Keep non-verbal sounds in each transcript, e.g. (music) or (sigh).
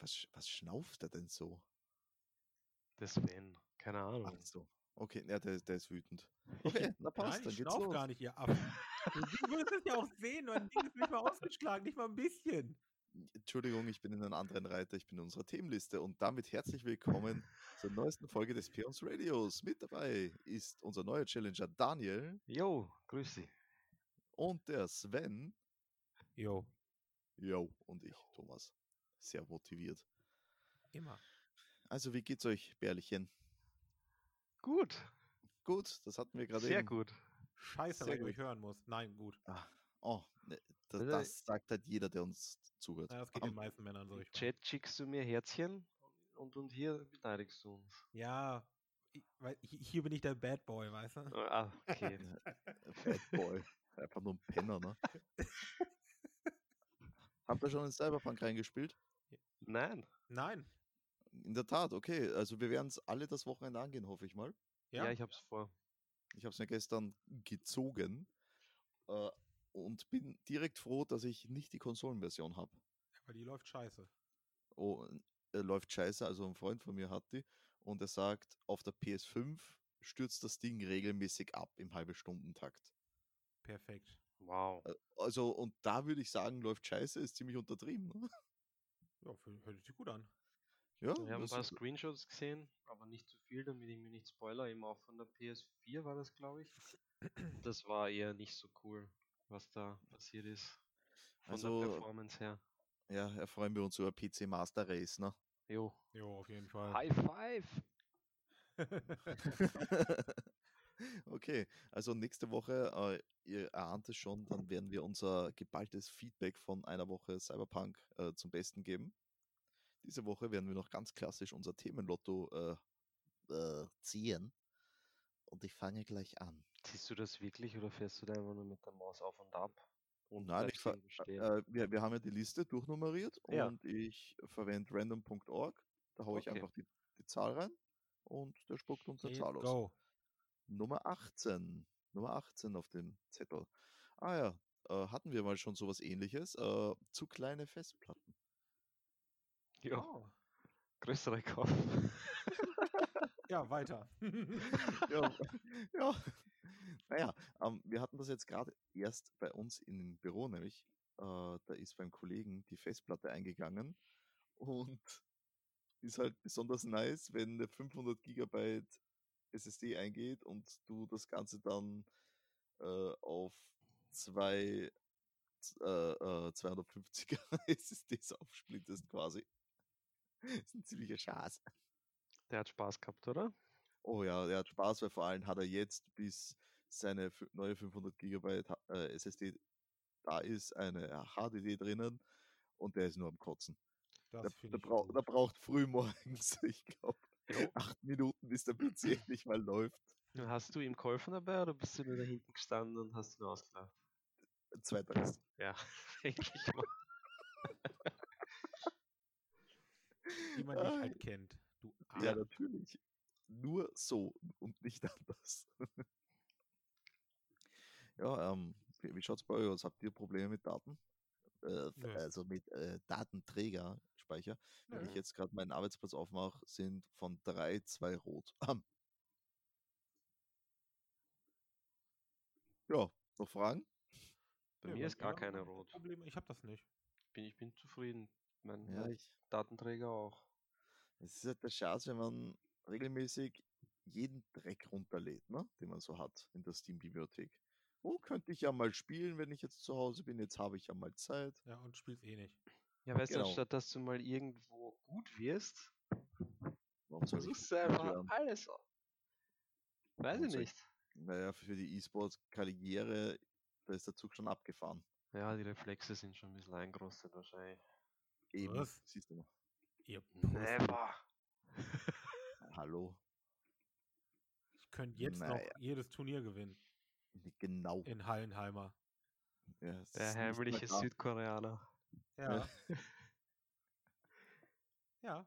Was, sch- was schnauft er denn so? Der Sven. Keine Ach Ahnung. so. Okay, ja, der, der ist wütend. Okay, na passt, Nein, dann ich geht's schlauf los. gar nicht, ihr Affen. Du würdest es ja auch sehen, mein Ding ist nicht mal ausgeschlagen, nicht mal ein bisschen. Entschuldigung, ich bin in einem anderen Reiter, ich bin in unserer Themenliste und damit herzlich willkommen zur neuesten Folge des Peons Radios. Mit dabei ist unser neuer Challenger Daniel Jo, grüß Sie. und der Sven. Jo, Jo, und ich, Thomas. Sehr motiviert. immer. Also, wie geht's euch, Bärlichen? Gut. Gut, das hatten wir gerade Sehr eben. gut. Scheiße, Sehr wenn gut. ich hören muss. Nein, gut. Oh, ne, das, Also- das sagt halt jeder, der uns zuhört. Äh, Na, das geht Am- den meisten Männern so. Im Ich Chat schickst du mir Herzchen und, und hier beleidigst du uns. (laughs) ja, ich, weil hi- hier bin ich der Bad Boy, weißt du? Ah, okay. Bad Boy. Einfach nur ein Penner, ne? Habt ihr schon in Cyberpunk reingespielt? Nein. Nein. In der Tat, okay. Also wir werden es alle das Wochenende angehen, hoffe ich mal. Ja, Ja, ich hab's vor. Ich habe es mir gestern gezogen äh, und bin direkt froh, dass ich nicht die Konsolenversion habe. aber die läuft scheiße. Oh, äh, läuft scheiße, also ein Freund von mir hat die und er sagt, auf der PS5 stürzt das Ding regelmäßig ab im halbe Stundentakt. Perfekt. Wow. Äh, Also und da würde ich sagen, läuft scheiße, ist ziemlich untertrieben. Ne? Ja, für- hört sich gut an. Ja, Wir haben ein das- paar Screenshots gesehen, aber nicht zu viel, damit irgendwie nicht Spoiler. Eben auch von der PS4 war das, (clears throat) glaube ich. Das war eher nicht so cool, was da passiert ist. Von Also- der Performance her. ja, erfreuen wir uns über PC Master Race, ne? (laughs) Jo. Jo, (laughs) auf jeden (laughs) Fall. High five! okay, also nächste Woche, äh, ihr erahnt es schon, dann werden wir unser geballtes Feedback von einer Woche Cyberpunk äh, zum Besten geben. Diese Woche werden wir noch ganz klassisch unser Themenlotto äh, äh, ziehen. Und ich fange gleich an. Ziehst du das wirklich oder fährst du da einfach nur mit der Maus auf und ab? Und Nein, bleibst ich ver- irgendwo stehen? Äh, wir, wir haben ja die Liste durchnummeriert Ja. und ich verwende random.org. Da haue ich Okay. einfach die, die Zahl rein und der spuckt uns eine Let's Zahl aus. go. Nummer 18. Nummer 18 auf dem Zettel. Ah ja, äh, hatten wir mal schon sowas ähnliches. Äh, zu kleine Festplatten. Ja, Oh. größere Kopf. (laughs) Ja, weiter. (laughs) (laughs) ja. ja. Naja, ähm, wir hatten das jetzt gerade erst bei uns in dem Büro, nämlich. Äh, da ist beim Kollegen die Festplatte eingegangen und ist halt besonders nice, wenn eine 500 Gigabyte SSD eingeht und du das Ganze dann äh, auf zwei z- äh, äh, (laughs) 250er SSDs aufsplittest quasi. ist ein ziemlicher Schaß. Der hat Spaß gehabt, oder? Oh ja, der hat Spaß, weil vor allem hat er jetzt, bis seine fü- neue 500 GB äh, SSD da ist, eine äh, HDD drinnen und der ist nur am Kotzen. Da, Das da, finde ich. brau- da gut. braucht früh morgens, (laughs) ich glaube, Jo. acht Minuten, bis der (laughs) PC endlich mal läuft. Hast du ihm geholfen dabei oder bist du nur da hinten gestanden und hast ihn ausgelacht? (laughs) Zweiteres. Ja, denke (laughs) ich mal. Die man Ah, nicht Äh. halt kennt. Du Ja, Arsch. natürlich. Nur so und nicht (laughs) anders. ja, ähm, wie, wie schaut's bei euch aus? Habt ihr Probleme mit Daten? Äh, Nö. also mit äh, Datenträger, Speicher. Wenn Nö. ich jetzt gerade meinen Arbeitsplatz aufmache, sind von drei zwei rot. Ahem. ja, noch Fragen? Bei Nö, mir ist gar ihr habt keine kein rot. Problem, ich habe das nicht. Bin, ich bin zufrieden. Mein Ja, mein ich, Datenträger auch. Es ist halt der Schatz, wenn man regelmäßig jeden Dreck runterlädt, ne? den man so hat in der Steam-Bibliothek. Oh, könnte ich ja mal spielen, wenn ich jetzt zu Hause bin. Jetzt habe ich ja mal Zeit. Ja, und spielst eh nicht. Ja, weißt Genau. du, anstatt dass du mal irgendwo gut wirst, Warum soll ich? versuchst du einfach hören. alles. Weiß Warum ich soll nicht. Naja, für die E-Sports-Karriere, da ist der Zug schon abgefahren. Ja, die Reflexe sind schon ein bisschen eingerostet wahrscheinlich. Eben, Was? siehst du mal. Ihr Never! Hallo. Ich könnte jetzt Naja. noch jedes Turnier gewinnen Genau. in Hallenheimer. Ja, es Der ist nicht mehr heimliche da. Südkoreaner. (laughs) Ja. ja.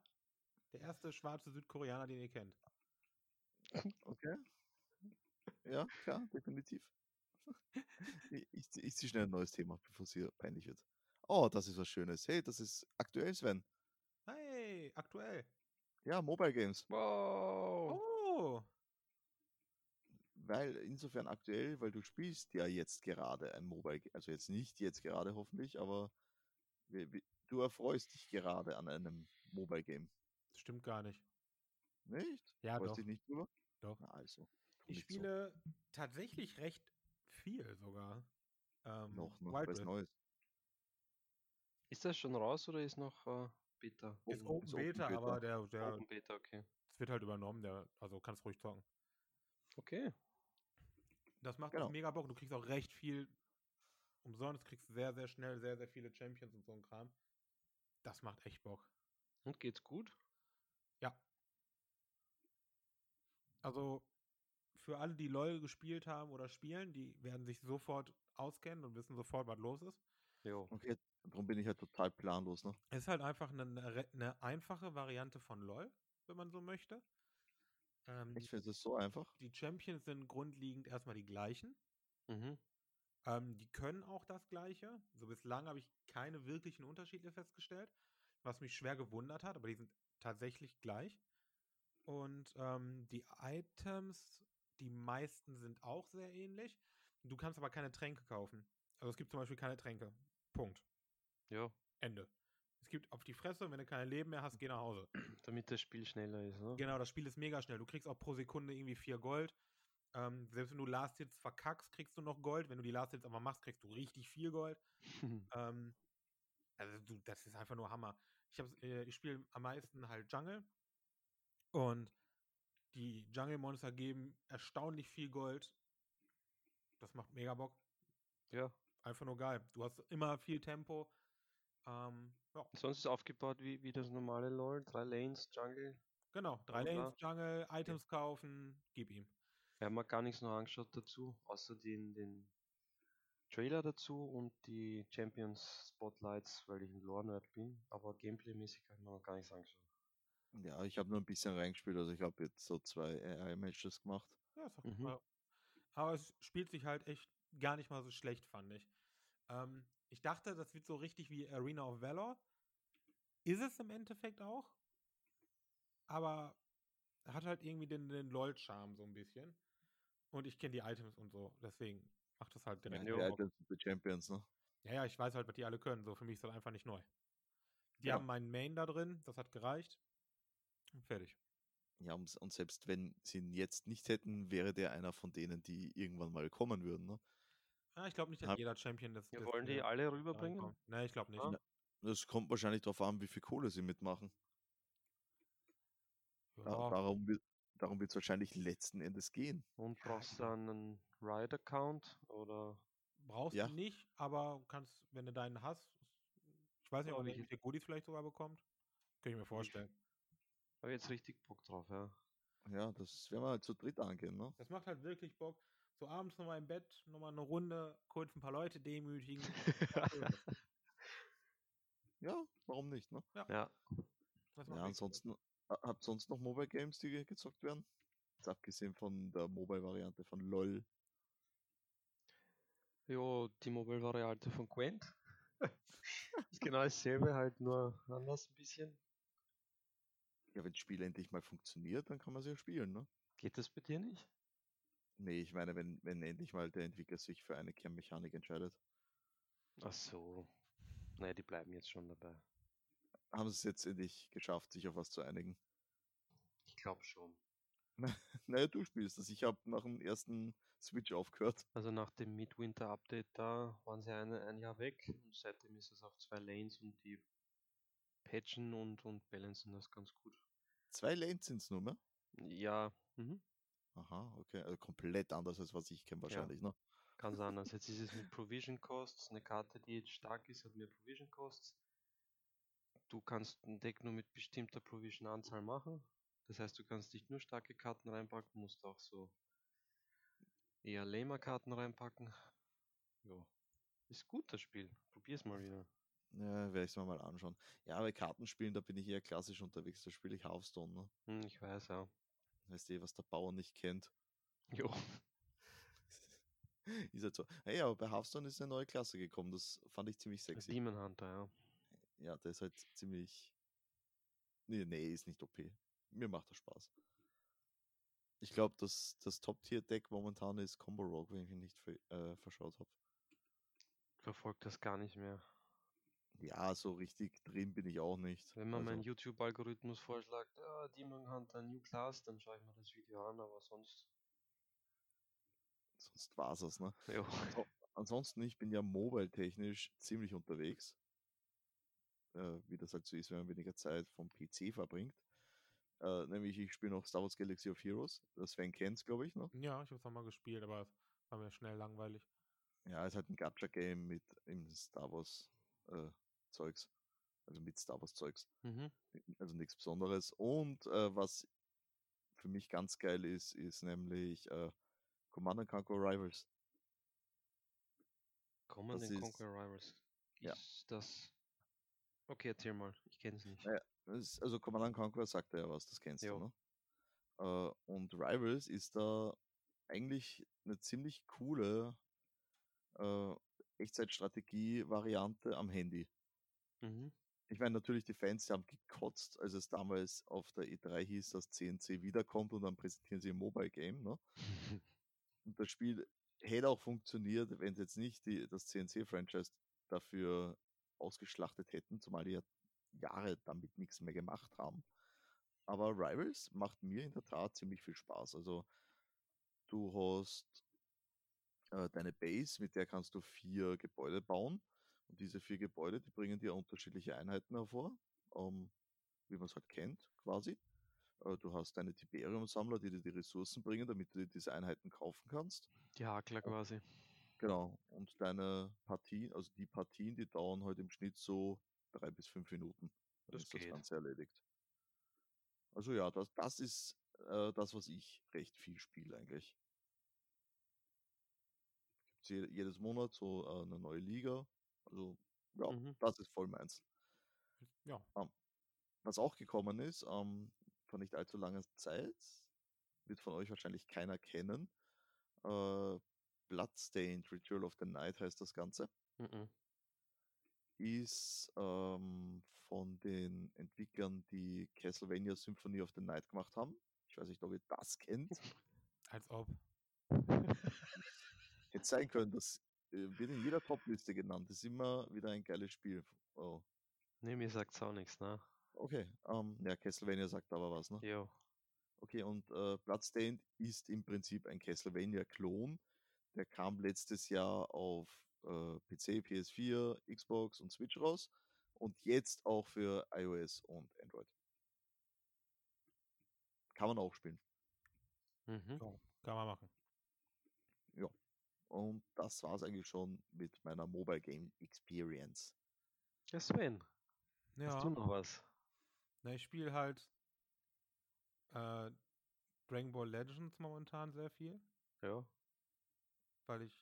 Der erste schwarze Südkoreaner, den ihr kennt. Okay. Ja, klar, definitiv. Ich, ich, zieh- ich ziehe schnell ein neues Thema, bevor es hier peinlich wird. Oh, das ist was Schönes. Hey, das ist aktuell, Sven. Ah, ja, Play, aktuell. Ja, Mobile Games. Wow! Oh, Weil insofern aktuell, weil du spielst ja jetzt gerade ein Mobile, Ga- also jetzt nicht jetzt gerade hoffentlich, aber wir- wir- du erfreust dich gerade an einem Mobile Game. das stimmt gar nicht. Nicht? Ja, Freust doch. dich nicht drüber? Doch. Na also. tu Ich nicht so. spiele tatsächlich recht viel sogar. Ähm, noch, noch Wild was Rift. Neues. Ist das schon raus oder ist noch äh, Beta? Ist Open- Open, Oh, ist Open Beta, Beta. aber der, der Open Beta, okay. es wird halt übernommen, der, also kannst ruhig zocken. Okay. Das macht Genau. auch mega Bock. Du kriegst auch recht viel umsonst, kriegst sehr, sehr schnell sehr, sehr viele Champions und so ein Kram. Das macht echt Bock. Und geht's gut? Also für alle, die LOL gespielt haben oder spielen, die werden sich sofort auskennen und wissen sofort, was los ist. Jo. Okay, darum bin ich halt total planlos noch. Es ist halt einfach eine, eine einfache Variante von LOL, wenn man so möchte. Ähm, Ich finde es so einfach. die Champions sind grundlegend erstmal die gleichen. Mhm. Ähm, die können auch das Gleiche. So bislang habe ich keine wirklichen Unterschiede festgestellt, was mich schwer gewundert hat, aber die sind tatsächlich gleich. Und ähm, die Items, die meisten sind auch sehr ähnlich. Du kannst aber keine Tränke kaufen. Also es gibt zum Beispiel keine Tränke. Punkt. Ja. Ende. Es gibt auf die Fresse und wenn du keine Leben mehr hast, geh nach Hause. Damit das Spiel schneller ist, ne? Genau, das Spiel ist mega schnell. Du kriegst auch pro Sekunde irgendwie vier Gold. Ähm, selbst wenn du Last Hits verkackst, kriegst du noch Gold. Wenn du die Last Hits aber machst, kriegst du richtig viel Gold. Ähm, also du, das ist einfach nur Hammer. Ich, hab's, äh, ich spiele am meisten halt Jungle und die Jungle Monster geben erstaunlich viel Gold. Das macht mega Bock. (laughs) ja. Einfach nur geil. Du hast immer viel Tempo. Ähm, ja, Und sonst ist aufgebaut wie, wie das normale LOL. Drei Lanes, Jungle. genau. Drei Ja, Lanes, Jungle, Items kaufen, gib ihm. Wir haben mir gar nichts noch angeschaut dazu, außer den, den Trailer dazu und die Champions Spotlights, weil ich ein Lore-Nerd bin. Aber Gameplay-mäßig habe ich mir noch gar nichts angeschaut. Ja, ich habe nur ein bisschen reingespielt, also ich habe jetzt so zwei AI-Matches gemacht. Ja, ist doch Mhm. super. Aber es spielt sich halt echt gar nicht mal so schlecht, fand ich. Ähm, ich dachte, das wird so richtig wie Arena of Valor. Ist es im Endeffekt auch. Aber hat halt irgendwie den, den LOL-Charme so ein bisschen. Und ich kenne die Items und so. Deswegen macht das halt Ja, direkt. die Bock. Items und die Champions, ne? Ja, ja, ich weiß halt, was die alle können. So, für mich ist das einfach nicht neu. Die Genau. haben meinen Main da drin. Das hat gereicht. Und fertig. Ja, und, und selbst wenn sie ihn jetzt nicht hätten, wäre der einer von denen, die irgendwann mal kommen würden, ne? Ja, Ah, ich glaube nicht, dass Hab- jeder Champion das. Ja, das, wollen die äh, alle rüberbringen? rankommt. Nee, ich glaube nicht. Ah. Das kommt wahrscheinlich darauf an, wie viel Kohle sie mitmachen. Da, Ja. Darum wird darum wird's wahrscheinlich letzten Endes gehen. Und brauchst du dann einen Ride-Account oder Brauchst Ja. du nicht, aber kannst, wenn du deinen hast, ich weiß nicht, Ja, ob man aber ich- irgendwelche Goodies vielleicht sogar bekommt. Könnte ich mir vorstellen. habe jetzt richtig Bock drauf, (laughs) ja. Ja, das werden wir halt zu dritt angehen, ne? Das macht halt wirklich Bock. So abends nochmal im Bett, nochmal eine Runde, kurz ein paar Leute demütigen. Ja, warum nicht, ne? ja. Das macht Ja, richtig Bock. ansonsten, ha- habt sonst noch Mobile Games, die ge- gezockt werden? Jetzt abgesehen von der Mobile-Variante von LOL. Jo, die Mobile-Variante von Gwent. (laughs) ist genau dasselbe, halt nur anders ein bisschen. Ja, wenn das Spiel endlich mal funktioniert, dann kann man es ja spielen, ne? Geht das bei dir nicht? Nee, ich meine, wenn, wenn endlich mal der Entwickler sich für eine Kernmechanik entscheidet. Ach so. Naja, die bleiben jetzt schon dabei. Haben sie es jetzt endlich geschafft, sich auf was zu einigen? (laughs) Ich glaube schon. Naja, du spielst das. Ich habe nach dem ersten Switch aufgehört. Also nach dem Midwinter-Update da waren sie ein, ein Jahr weg und seitdem ist es auf zwei Lanes und die patchen und, und balancen das ganz gut. Zwei Lanes sind es nur mehr. Ja, mhm. Aha, okay. Also komplett anders als was ich kenne wahrscheinlich, ne? ganz anders. also Jetzt ist es mit Provision Costs. Eine Karte, die jetzt stark ist, hat mehr Provision Costs. Du kannst ein Deck nur mit bestimmter Provision-Anzahl machen. Das heißt, du kannst nicht nur starke Karten reinpacken, musst auch so eher lamer Karten reinpacken. Ja. Ist gut, das Spiel. Probier's mal wieder. Ja, werde ich es mir mal anschauen. Ja, bei Kartenspielen, da bin ich eher klassisch unterwegs. Da spiele ich Hearthstone, ne? Hm, ich weiß, ja. Weißt du, eh, was der Bauer nicht kennt. (laughs) (laughs) Jo. ist halt so. Hey, aber bei Hearthstone ist eine neue Klasse gekommen. Das fand ich ziemlich sexy. Demon Hunter, ja. Ja, der ist halt ziemlich Nee, nee, ist nicht OP. Mir macht das Spaß. Ich glaube, das, das Top-Tier-Deck momentan ist Combo Rogue, wenn ich mich nicht ver äh, verschaut habe. Verfolgt das gar nicht mehr. Ja, so richtig drin bin ich auch nicht. Wenn man also, meinen YouTube-Algorithmus vorschlägt, ah, Demon Hunter New Class, dann schaue ich mir das Video an, aber sonst. Sonst war's es, ne? Jo. So, ansonsten, ich bin ja mobile-technisch ziemlich unterwegs. Äh, wie das halt so ist, wenn man weniger Zeit vom PC verbringt. Äh, nämlich, ich spiele noch Star Wars Galaxy of Heroes. Das Sven kennt's, glaube ich, ne? noch. Ja, ich habe es mal gespielt, aber es war mir schnell langweilig. Ja, ist halt ein Gacha-Game mit im Star Wars äh, Zeugs. Also mit Star Wars Zeugs. (laughs) Mhm. Also nichts Besonderes. Und äh, was für mich ganz geil ist, ist nämlich äh, Commander Conquer Rivals. Command Das and ist- Conquer Rivals. Ja. Ist das. Okay, erzähl mal. Ich kenne es nicht. Naja, Das ist- Also Command Conquer sagt ja was, das kennst Jo. du, ne? Äh, und Rivals ist da eigentlich eine ziemlich coole äh, Echtzeitstrategie-Variante am Handy. (laughs) Mhm. Ich meine, natürlich, die Fans die haben gekotzt, als es damals auf der E3 hieß, dass CNC wiederkommt und dann präsentieren sie ein Mobile Game. Ne? Und das Spiel hätte auch funktioniert, wenn sie jetzt nicht die, das CNC-Franchise dafür ausgeschlachtet hätten, zumal die ja Jahre damit nichts mehr gemacht haben. Aber Rivals macht mir in der Tat ziemlich viel Spaß. Also du hast äh, deine Base, mit der kannst du vier Gebäude bauen. Und diese vier Gebäude, die bringen dir unterschiedliche Einheiten hervor, ähm, wie man es halt kennt, quasi. Äh, du hast deine Tiberium-Sammler, die dir die Ressourcen bringen, damit du dir diese Einheiten kaufen kannst. Die Hakler quasi. Genau. Und deine Partien, also die Partien, die dauern heute im Schnitt so drei bis fünf Minuten. Dann Das ist geht. das Ganze erledigt. Also ja, das, das ist äh, das, was ich recht viel spiele eigentlich. Gibt's je, jedes Monat so äh, eine neue Liga. Also ja, Mhm. das ist voll meins. Ja, Was auch gekommen ist, ähm, vor nicht allzu langer Zeit, wird von euch wahrscheinlich keiner kennen. Äh, Bloodstained Ritual of the Night heißt das Ganze. Mhm. Ist ähm, von den Entwicklern, die Castlevania Symphony of the Night gemacht haben. Ich weiß nicht, ob ihr das kennt. als ob. Hätte sein können, das äh, wird in jeder Top-Liste genannt. Das ist immer wieder ein geiles Spiel. Oh. Nee, mir sagt's auch nichts, ne? Okay, ähm, ja, Castlevania sagt aber was, ne? Jo. Okay, und äh, Bloodstained ist im Prinzip ein Castlevania-Klon. Der kam letztes Jahr auf äh, PC, PS4, Xbox und Switch raus. Und jetzt auch für iOS und Android. Kann man auch spielen. Mhm. Kann man machen. Und das war es eigentlich schon mit meiner Mobile Game Experience. Ja, Sven, Ja. hast du noch was? Na, ich spiele halt äh, Dragon Ball Legends momentan sehr viel, (laughs) Ja. weil ich,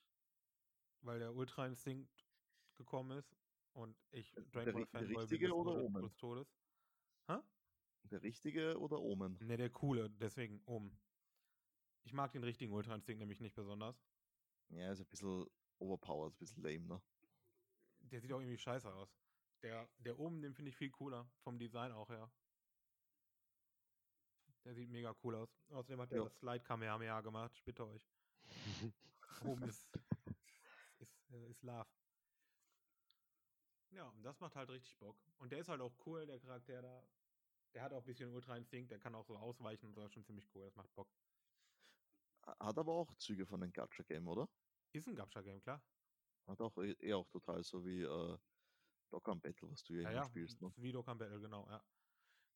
weil der Ultra Instinct gekommen ist und ich Dragon der Ball ri- der Fanboy bin richtige bis oder Tode- Omen? des Todes. Hä? Der richtige oder Omen? Ne, der coole, deswegen oben. Ich mag den richtigen Ultra Instinct nämlich nicht besonders. Ja, ist ein bisschen overpowered, ein bisschen lame, ne? Der sieht auch irgendwie scheiße aus. Der, der oben, den finde ich viel cooler, vom Design auch her. Der sieht mega cool aus. Außerdem hat er Ja. das Slide Kamehameha gemacht, ich bitte euch. (laughs) Oben ist, ist, äh, ist Love. Ja, und das macht halt richtig Bock. Und der ist halt auch cool, der Charakter da. Der hat auch ein bisschen Ultra Instinkt, der kann auch so ausweichen und so, ist schon ziemlich cool, das macht Bock. Hat aber auch Züge von einem Gacha-Game, oder? Ist ein Gapscha-Game, klar. Hat auch eh eh auch total so wie äh, Dokkan Battle, was du ja, Ja, immer ja, spielst. Ne? ist wie Dokkan Battle, genau, ja.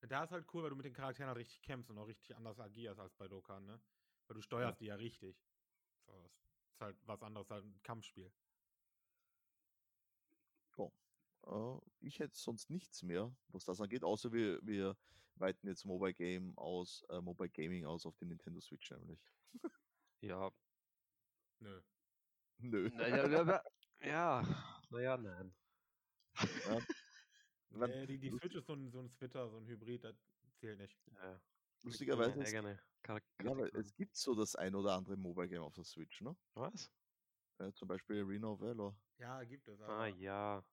Da ist halt cool, weil du mit den Charakteren halt richtig kämpfst und auch richtig anders agierst als bei Dokkan, ne? Weil du steuerst die ja richtig. So, das ist halt was anderes, halt ein Kampfspiel. Äh, ich hätte sonst nichts mehr, was das angeht, außer wir, wir weiten jetzt Mobile Game aus, äh, Mobile Gaming aus auf die Nintendo Switch nämlich. (laughs) Ja. Nö. Nö. Naja, ja, ja, ja. Naja, nein. Weil Äh, die, die lust- Switch ist so ein, so ein Twitter, so ein Hybrid, das zählt nicht. Ja. lustigerweise Meine es, eigene Charak- ja, aber Kategorie. es gibt so das ein oder andere Mobile Game auf der Switch, ne? Was? Äh, zum Beispiel Arena of Valor. Ja, gibt es. Aber, Ah ja.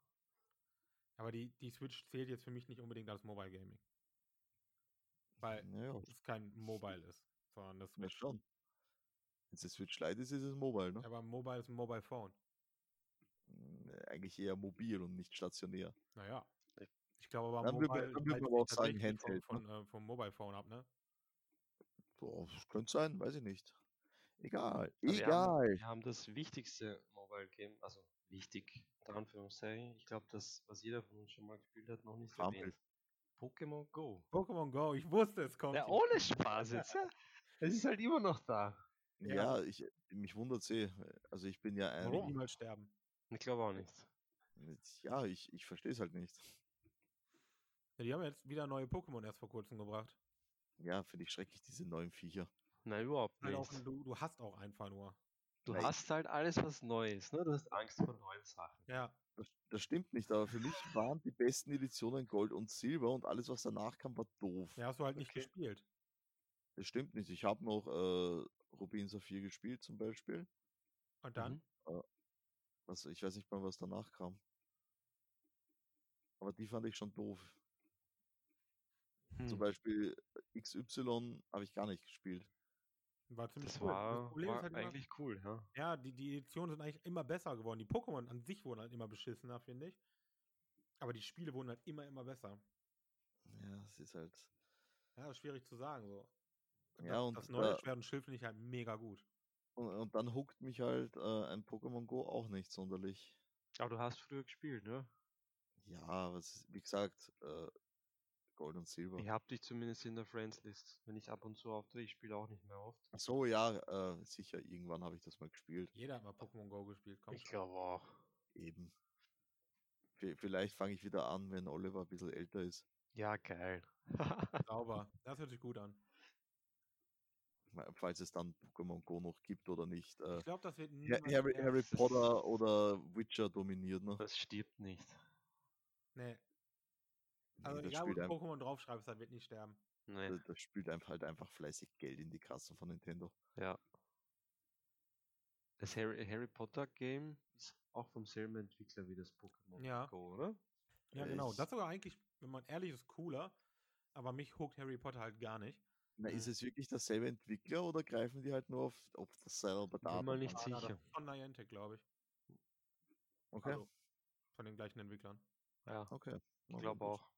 aber die, die Switch zählt jetzt für mich nicht unbedingt als Mobile Gaming. Weil Naja, es kein Mobile ist, sondern das na Switch. schon. Wenn es Switch Lite ist, ist es Mobile, ne? Aber Mobile ist ein Mobile Phone. Äh, Eigentlich eher mobil und nicht stationär. Naja. Ich glaube aber Dann würden wir- Mobile dann würden wir leitet aber sich auch sagen tatsächlich vom- Handheld, Von, äh, vom Mobile Phone ab, ne? Boah, könnte sein, weiß ich nicht. Egal, Aber egal. Also, Wir haben, wir haben das wichtigste Mobile Game, also wichtig, unter Anführungszeichen. Ich glaube, das, was jeder von uns schon mal gespielt hat, noch nicht Hampel. erwähnt. Pokémon Go. Pokémon Go, ich wusste, es kommt. Ja, ohne Spaß jetzt. ja. Es ist halt immer noch da. Ja, ich, mich wundert eh. Also ich bin ja ein. Warum? niemals sterben. Ich glaube auch nicht. Ja, ich, ich verstehe es halt nicht. Ja, die haben jetzt wieder neue Pokémon erst vor kurzem gebracht. Ja, finde ich schrecklich, diese neuen Viecher. Nein, überhaupt Halt nicht. auch, du, du hast auch einfach nur. Du Nein. hast halt alles, was neu ist. Ne? Du hast Angst vor neuen Sachen. Ja. Das, das stimmt nicht, aber für mich waren die besten Editionen Gold und Silber und alles, was danach kam, war doof. Ja, hast du halt nicht Okay. gespielt. Das stimmt nicht. Ich habe noch äh, Rubin Saphir gespielt zum Beispiel. Und dann? Mhm. Also ich weiß nicht mal, was danach kam. Aber die fand ich schon doof. Hm. Zum Beispiel XY habe ich gar nicht gespielt. Mhm. War ziemlich das cool. war, das Problem war ist halt immer, eigentlich cool, ja. ja, die, die Editionen sind eigentlich immer besser geworden. Die Pokémon an sich wurden halt immer beschissener, finde ich. Aber die Spiele wurden halt immer, immer besser. Ja, es ist halt. Ja, ist schwierig zu sagen so. Ja, das, und äh das neue da- Schwert und Schild finde ich halt mega gut. Und, und dann huckt mich halt äh, ein Pokémon Go auch nicht sonderlich. Aber du hast früher gespielt, ne? Ja, aber es ist, wie gesagt, äh, Gold und Silber. Ich hab dich zumindest in der Friends-List. Wenn ich ab und zu aufdrehe, ich spiele auch nicht mehr oft. Ach so, ja, äh, sicher, irgendwann habe ich das mal gespielt. Jeder hat mal Pokémon Go gespielt, komm. Ich glaube auch. Eben. V vielleicht fange ich wieder an, wenn Oliver ein bisschen älter ist. Ja, geil. Sauber. Das hört sich gut an. Ma- Falls es dann Pokémon Go noch gibt oder nicht. Äh, Ich glaube, das wird Ha- niemals Harry, mehr- Harry das ist- Äh, Potter oder Witcher dominiert ne? noch. das stirbt nicht. Nee. Nee, Also das, egal, wo spielt du ein, Pokémon draufschreibst, das wird nicht sterben. Nee. das, das spielt einfach halt einfach fleißig Geld in die Kassen von Nintendo. Ja. Das Harry, Harry Potter Game ist auch vom selben Entwickler wie das Pokémon Ja. Go, oder? Ja, genau. Ich- Das ist sogar eigentlich, wenn man ehrlich ist, cooler. Aber mich hookt Harry Potter halt gar nicht. Na, ist Mhm. es wirklich derselbe Entwickler oder greifen die halt nur auf, auf das selber Bin mal Daten? nicht Ah, na, das sicher. ist von Niantic, glaube ich. Okay, Also, von den gleichen Entwicklern. (laughs) Ja, okay. Na, ich na glaube gut. auch.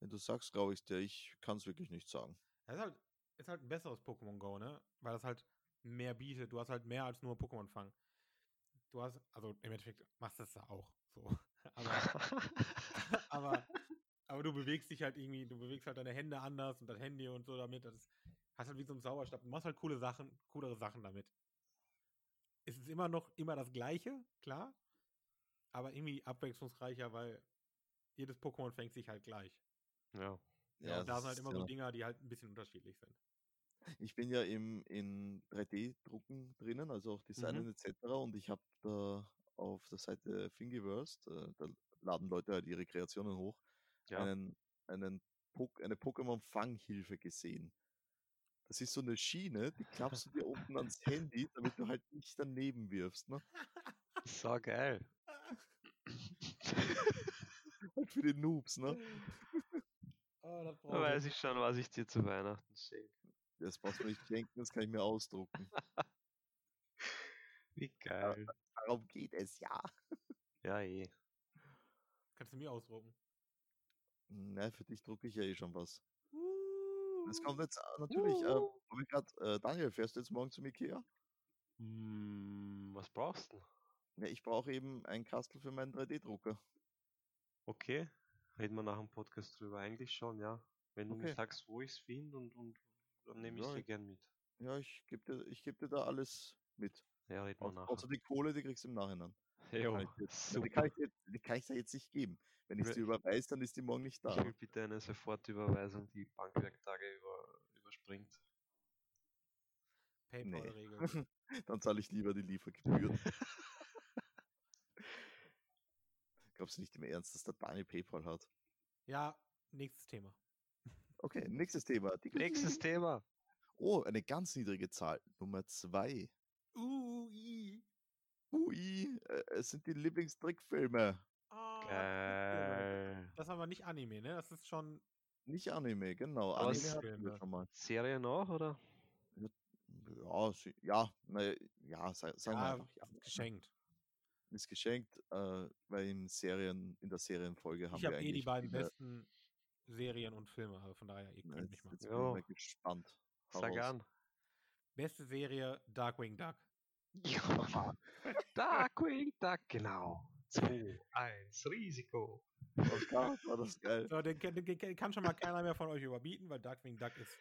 Wenn du sagst, glaube ich dir, ich kann es wirklich nicht sagen. Das ist halt, ist halt ein besseres Pokémon Go, ne? Weil das halt mehr bietet. Du hast halt mehr als nur Pokémon fangen. Du hast, also im Endeffekt machst du das da auch so. (laughs) Aber, aber, aber du bewegst dich halt irgendwie, du bewegst halt deine Hände anders und das Handy und so damit. Das ist, hast halt wie so einen Zauberstab. Du machst halt coole Sachen, coolere Sachen damit. Es ist immer noch immer das Gleiche, klar. Aber irgendwie abwechslungsreicher, weil jedes Pokémon fängt sich halt gleich. ja. Ja, und da das sind halt ist immer ja- so Dinger, die halt ein bisschen unterschiedlich sind. Ich bin ja im, in 3D-Drucken drinnen, also auch Designen Mhm. etc. Und ich habe da auf der Seite Thingiverse, da, da laden Leute halt ihre Kreationen hoch, Ja. einen, einen Pok eine Pokémon-Fanghilfe gesehen. Das ist so eine Schiene, die klappst du dir unten ans Handy, damit du halt nicht daneben wirfst. Ne? So geil. Halt für die Noobs, (laughs) ne? Oh, das (laughs) Da weiß ich schon, was ich dir zu Weihnachten schenke. Das brauchst du mir nicht schenken, das kann ich mir ausdrucken. Wie geil. Darum geht es ja. Ja, eh. Kannst du mir ausdrucken? Na, Hm, für dich drucke ich ja eh schon was. Das kommt jetzt äh, natürlich. Äh, Juhu. wo wir grad, äh, Daniel, fährst du jetzt morgen zum Ikea? Hm, was brauchst du? Ja, Ne, ich brauche eben einen Kastel für meinen 3D-Drucker. Okay. Reden wir nach dem Podcast drüber. Eigentlich schon, ja. Wenn du mir Okay. sagst, wo ich es finde und, und dann nehme ich Ja, dir ich- gern mit. Ja, ich gebe dir, ich geb dir da alles mit. Ja, reden wir Au- nachher. Außer die Kohle, die kriegst du im Nachhinein. Jo, ich Ja, die, super. kann ich, dir- die kann ich dir jetzt nicht geben. Wenn ich Wir- dir überweise, dann ist die morgen nicht Ich da. (laughs) will bitte eine Sofortüberweisung, die Bankwerktage über, überspringt. Paypal-Regel. (laughs) Dann zahle ich lieber die (laughs) Liefergebühren. Glaubst du nicht im Ernst, dass der Daniel PayPal hat? Ja, nächstes Thema. Okay, nächstes Thema. Die- (laughs) Nächstes Thema. Oh, eine ganz niedrige Zahl. Nummer zwei. Ui. Ui, äh, es sind die Lieblingstrickfilme. Oh, Ah, Trickfilme. Geil. Äh. Das ist aber nicht Anime, ne? Das ist schon Nicht Anime, genau. Was? Anime hatten wir Filme. schon mal. Serien auch, oder? Ja, sie- ja, na, ja, sa- sagen wir Ja, einfach, ja. geschenkt. Ist geschenkt, äh, weil in Serien, in der Serienfolge haben ich wir habe eh die eigentlich beiden viele- besten Serien und Filme, also von daher, ihr Na, Jetzt, könnt mich mal. jetzt bin ich mal Ja. gespannt. Hau Sag raus. an. Beste Serie Darkwing Duck. Ja. (laughs) Darkwing Duck, genau. 2, 1, Risiko. Oh Gott, war das (laughs) geil. So, den, den, den kann schon mal keiner mehr von euch überbieten, weil Darkwing Duck ist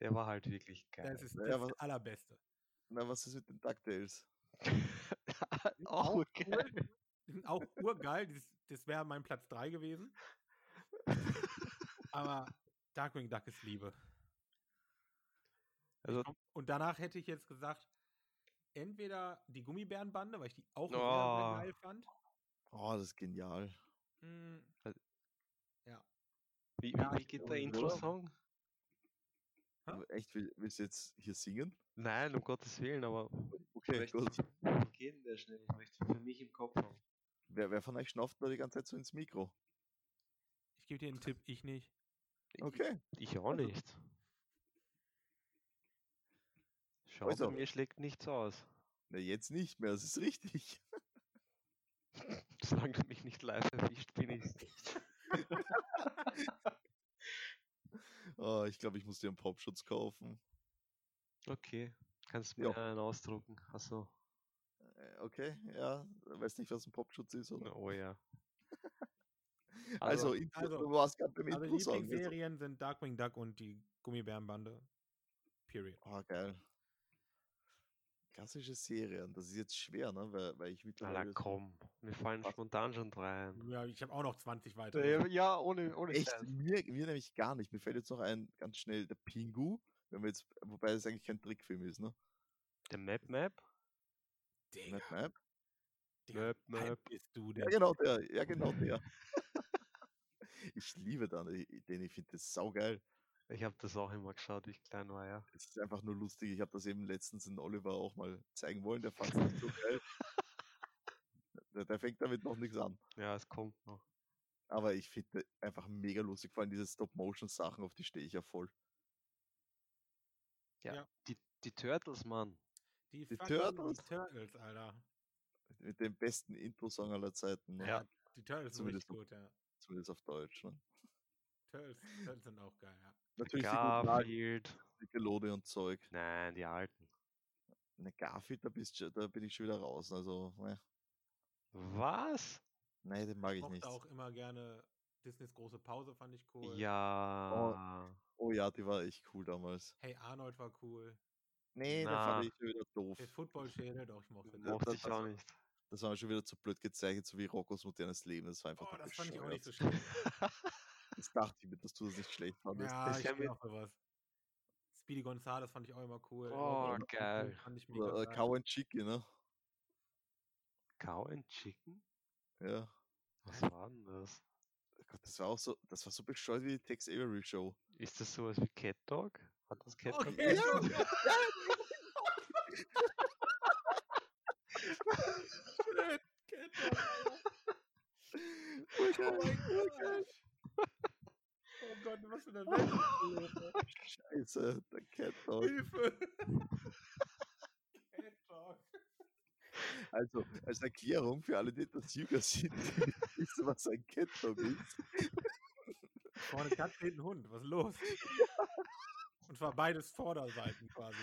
Der war halt wirklich geil. das, ist, Ja, das aber- ist das allerbeste. Na, was ist mit den DuckTales? (laughs) auch geil. Die sind auch urgeil, das, das wäre mein Platz 3 gewesen. Aber Darkwing Duck ist Liebe. Also, Und danach hätte ich jetzt gesagt, entweder die Gummibärenbande, weil ich die auch Oh. sehr, sehr geil fand. Oh, das ist genial. Mm, wie, Ja, wie, wie ich geht glaub, der ich Intro-Song? Ja. Aber Echt, will, willst du jetzt hier singen? Nein, um Gottes Willen, aber ich Okay, möchte- gut. wie geht denn der schnell? Ich möchte ihn für mich im Kopf haben. Wer, wer von euch schnauft da die ganze Zeit so ins Mikro? Ich gebe dir einen Tipp, ich nicht. Ich- Okay. Ich auch Also- nicht. Schau, Also. bei mir schlägt nichts aus. (laughs) Na, jetzt nicht mehr, das ist richtig. (laughs) Solange du mich nicht live erwischt, bin ich nicht. Oh, ich glaube, ich muss dir einen Popschutz kaufen. Okay, kannst Ja. mir einen ausdrucken. Achso, Äh, Okay, ja. Weiß nicht, was ein Popschutz ist, oder? oh ja. Also, (laughs) Also, Intro, also- du warst gerade beim Also Intro-Song. jetzt- Lieblingsserien sind Darkwing Duck und die Gummibärenbande. Period. Oh, geil. Klassische Serien, das ist jetzt schwer, ne? Weil, weil ich na, na mittlerweile. so- komm, mir fallen Was? spontan schon drei ein. Ja, ich habe auch noch 20 weitere. Ja, ja, ohne, ohne Echt, Scheiß. mir, mir nämlich gar nicht. Mir fällt jetzt noch ein, ganz schnell, der Pingu. Wenn wir jetzt, wobei es eigentlich kein Trickfilm ist, ne? Der Map Map? Digga, Map, Map. Digga, Möp, wie alt möp. bist du Ja, denn? genau der. Ja, genau der. ich liebe den, den ich finde das saugeil. Ich habe das auch immer geschaut, wie ich klein war, ja. Es ist einfach nur lustig. Ich habe das eben letztens in Oliver auch mal zeigen wollen. Der fand es nicht so geil. Der, der fängt damit noch nichts an. Ja, es kommt noch. Aber ich finde einfach mega lustig, vor allem diese Stop-Motion-Sachen, auf die stehe ich ja voll. Die, die Turtles, Mann. Die, Die fucking Turtles. Die Turtles, Alter. Mit dem besten Intro-Song aller Zeiten. Ne? Ja. Die Turtles sind Zumindest richtig gut, ja. Zumindest auf Deutsch. Ne? Turtles, Turtles sind auch geil, ja. Natürlich die guten alten Garfield. Nickelodeon und Zeug. Nein, die alten. Ne, Garfield, da, bist, du- da bin ich schon wieder raus. Also, ne, Was? nein, den mag ich mochte nicht. auch immer gerne Disneys große Pause, fand ich cool. Ja. Oh ja, die war echt cool damals. Hey Arnold war cool. Nee, den Na. fand ich schon wieder doof. Der Football Schädel, doch, ich mochte den. Ja, Mochte das- ich auch nicht. Das war mir schon wieder zu blöd gezeichnet, so wie Roccos modernes Leben. Das war einfach Oh, nur das fand ich auch bescheuert. nicht so schlimm. Das dachte ich mir, dass du das nicht schlecht fandest. ja, das ich kann bin mir- auch sowas. Speedy Gonzales fand ich auch immer cool. Oh, Rocky geil. Fand ich mega Oder äh, geil. Cow and Chicky, ne? Cow and Chicken? Ja. Was war denn das? Gott, das war auch so, das war so bescheuert wie die Tex Avery Show. Ist das sowas wie Cat Dog? Hat das Cat Dog? Okay, Ja. Junge. Blöd, Cat Dog. Urgeil, (laughs) Oh mein urgeil. Gott. Oh Gott, was für eine Welt. Scheiße, der Cat Dog. Hilfe. (laughs) Cat Dog. Also, als Erklärung für alle, die etwas jünger sind, (laughs) die nicht wissen, was ein Cat Dog ist. Vorne Katze, hinten Hund. Was ist los? Und zwar beides Vorderseiten quasi.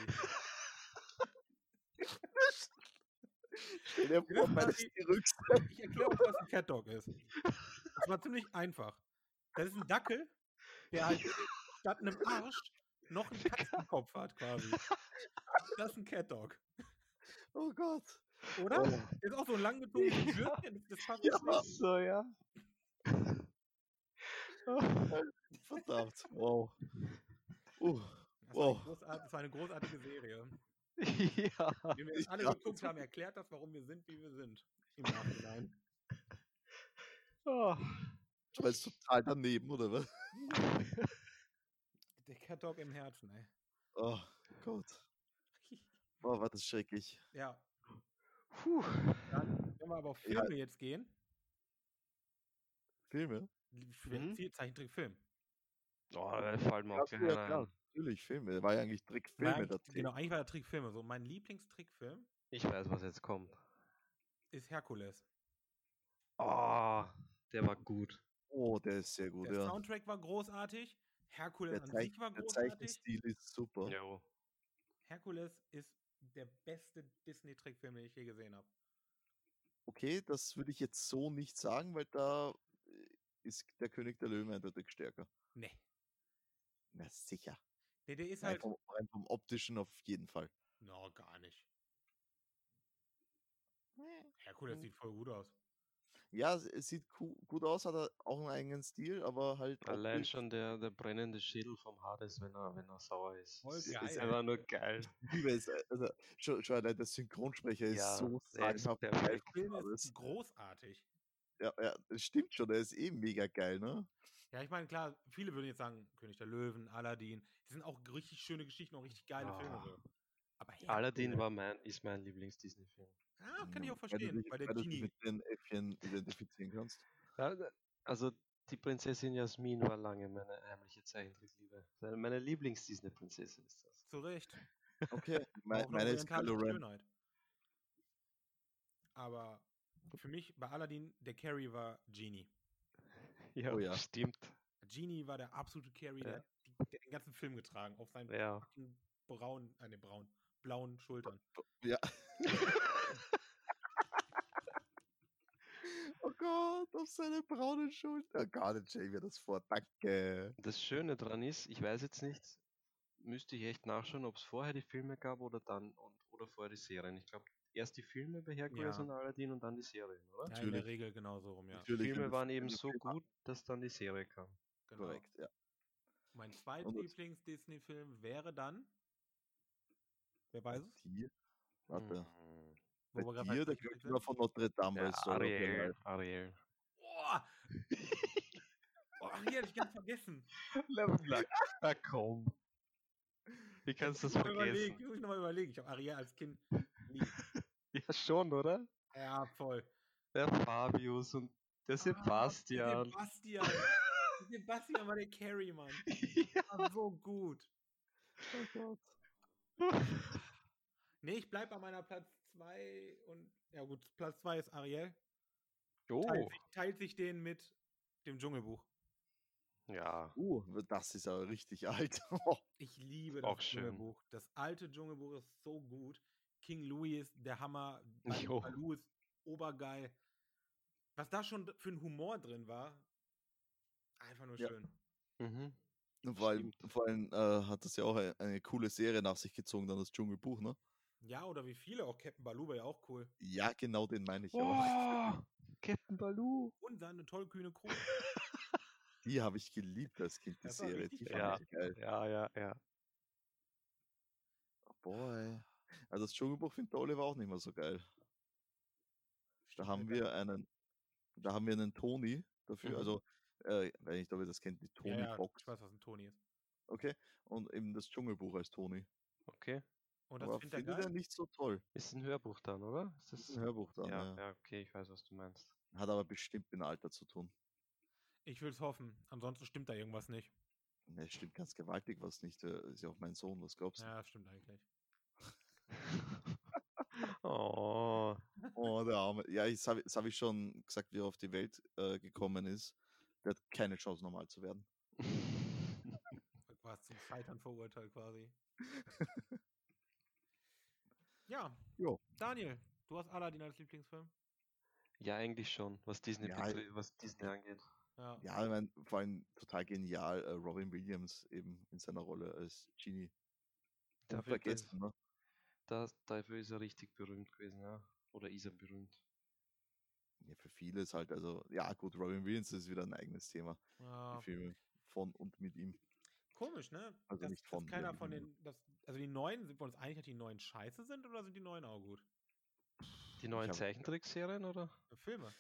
Stell dir Ja, vor, meines Genau, die- die Rückseite. Ich erkläre euch, was ein Cat Dog ist. Das war ziemlich einfach. Das ist ein Dackel, der halt statt einem Arsch noch einen Katzenkopf hat quasi. Das ist ein Cat Dog. Oh Gott. Oder? Oh. Der ist auch so ein Ja. langgezogenes Würstchen. Das passt Ja. nicht. So, ja. Verdammt. Wow. Uh, Das war, Wow. eine großart- das war eine großartige Serie. ja. Wenn wir das Ich alle glaub, geguckt haben, erklärt das, warum wir sind, wie wir sind. Im Nachhinein. Oh. du (laughs) warst total daneben, oder was? Der Cat Dog im Herzen, ey. (laughs) Oh Gott. Boah, war das schrecklich. Ja, Puh. dann, wenn wir aber auf Ja. Filme jetzt gehen, Filme? Lie- Schwer- Mhm. Ziel- Zeichentrickfilm. Oh, da fällt mir Ja, auch keiner früher, klar, ein. natürlich, Filme. War ja eigentlich Trickfilme. Nein, der Trick. genau, eigentlich war der Trickfilme. So, mein Lieblingstrickfilm Ich weiß, was jetzt kommt. ist Herkules. Oh, der war gut. Oh, der ist sehr gut, Der ja. Soundtrack war großartig. Herkules Der, an Zeich sich war der großartig. Zeichenstil ist super. Jo. Herkules ist der beste Disney-Trickfilm, den ich je gesehen habe. Okay, das würde ich jetzt so nicht sagen, weil da äh, ist der König der Löwen eindeutig stärker. Nee. Na sicher. Nee, Ne, der ist Rein halt. vom, rein vom optischen auf jeden Fall. No, gar nicht. Herkules sieht voll gut aus. Ja, es- es sieht gu- gut aus, hat er auch einen eigenen Stil, aber halt. Allein optisch schon der, der brennende Schädel vom Hades, wenn er, wenn er sauer ist. Voll ist, ist geil. einfach nur geil. Liebe ist, äh, also, schon, schon allein der Synchronsprecher ist Ja, so der ist sagenhaft geil. perfekt. Der Film Aber ist es- großartig. Ja, ja, es stimmt schon, der ist eben mega geil, ne? Ja, ich meine, klar, viele würden jetzt sagen, König der Löwen, Aladdin, die sind auch richtig schöne Geschichten und richtig geile Filme. Ah. So. Aber Herkules- Aladdin war mein, ist mein Lieblings-Disney-Film. Ah, kann ich Ja, auch verstehen, weil der Hm, weil du dich Genie. mit den Äffchen identifizieren kannst. Ja, da- Also die Prinzessin Jasmin war lange meine heimliche Zeichentrickliebe. Meine- Meine Lieblings-Disney-Prinzessin ist das. Zu Recht. Okay, Auch mein, eine meine ist orientalische Kylo Ren. Schönheit. Aber für mich bei Aladdin, der Carry war Genie. Ja, Oh ja. stimmt. Genie war der absolute Carry, Ja. der, hat die- der hat den ganzen Film getragen, auf seinen Ja. fucking braunen, äh, nee, braunen, blauen Schultern. Ja. oh Gott, auf seine braune Schulter. Oh Gott, stell mir das vor. Danke. Das Schöne dran ist, ich weiß jetzt nicht, müsste ich echt nachschauen, ob es vorher die Filme gab oder dann und, oder vorher die Serien. Ich glaube, erst die Filme bei Herkules Ja. und Aladdin und dann die Serien, oder? Ja, in der Natürlich. Regel genauso rum, ja. Die Natürlich, wenn Filme du- waren eben wenn du so Filme- gut, dass dann die Serie kam. Genau. Korrekt, ja. Mein Und- Zweitlieblings-Disney-Film wäre dann. Wer weiß es? Die, warte, Hm. bei Wo wir gerade dir, der bei Disney König war sind? von Notre Dame. Der ist so Ariel, Ariel. Boah! (laughs) Oh, hier hätte ich ganz vergessen. Na komm. Wie kannst du das Muss ich noch überlegen, vergessen? muss ich nochmal überlegen. Ich habe Ariel als Kind lieb. Ja, schon, oder? Ja, voll. Der Fabius und Ah, der Der Sebastian. Sebastian. Der Sebastian war der Carry, Mann. (laughs) (laughs) Ja. Der War so gut. Oh Gott. Nee, ich bleib bei meiner Platz 2 und ja gut, Platz 2 ist Ariel. Teilt, Oh. sich, teilt sich den mit dem Dschungelbuch. Ja. Uh, das ist aber richtig (laughs) alt. Ich liebe das Auch schön. Dschungelbuch. Das alte Dschungelbuch ist so gut. King Louis ist der Hammer. Jo. Balu Balu ist obergeil. Was da schon d- für ein Humor drin war, einfach nur Ja. schön. Mhm. vor allem, Stimmt. vor allem äh, hat das ja auch eine, eine coole Serie nach sich gezogen, dann das Dschungelbuch, ne? Ja, oder wie viele auch. Captain Baloo war ja auch cool. Ja, genau den meine ich auch. Oh, Captain Baloo. Und seine tollkühne Crew. Die habe ich geliebt als Kind, die Das war Serie. richtig Die fand geil. ich geil. Ja, ja, ja. Oh Boy. Also das Dschungelbuch findet der Oliver auch nicht mehr so geil. Da haben wir einen, da haben wir einen Toni dafür, Mhm. also äh, wenn ich glaube, das kennt, die Toni ja, ja, Box. ich weiß, was ein Toni ist. Okay. Und eben das Dschungelbuch als Toni. Okay. Und das Aber findet er findet er geil. nicht so toll. Ist ein Hörbuch dann, oder? Ist Das das ist ein Hörbuch dann. ja, Ja, ja, okay, ich weiß, was du meinst. (laughs) Hat aber bestimmt mit dem Alter zu tun. Ich will's hoffen. Ansonsten stimmt da irgendwas nicht. Ne, stimmt ganz gewaltig was nicht. äh, Ist ja auch mein Sohn, was glaubst du? Ja, stimmt eigentlich. oh. (laughs) Oh, der Arme. Ja, ich- das habe hab ich schon gesagt, wie er auf die Welt äh, gekommen ist. Der hat keine Chance, normal zu werden. War zum Scheitern verurteilt quasi. ja. Jo. Daniel, du hast Aladdin als Lieblingsfilm? ja, eigentlich schon, was Disney, Ja, betri- was Disney angeht. Ja. Ja, ich mein, vor allem total genial, äh, Robin Williams eben in seiner Rolle als Genie. Dafür Darf ist er- vergessen, ne? Das, dafür ist er richtig berühmt gewesen, ja. Oder ist er berühmt? Ja, für viele ist halt, also, ja, gut, Robin Williams ist wieder ein eigenes Thema. Ja. Die Filme von und mit ihm. Komisch, ne? Also dass, nicht von dass keiner mir. von den, dass, also die neuen, sind wir uns einig, dass die neuen scheiße sind oder sind die neuen auch gut? Die neuen hab- Zeichentrickserien, oder? Äh, Filme.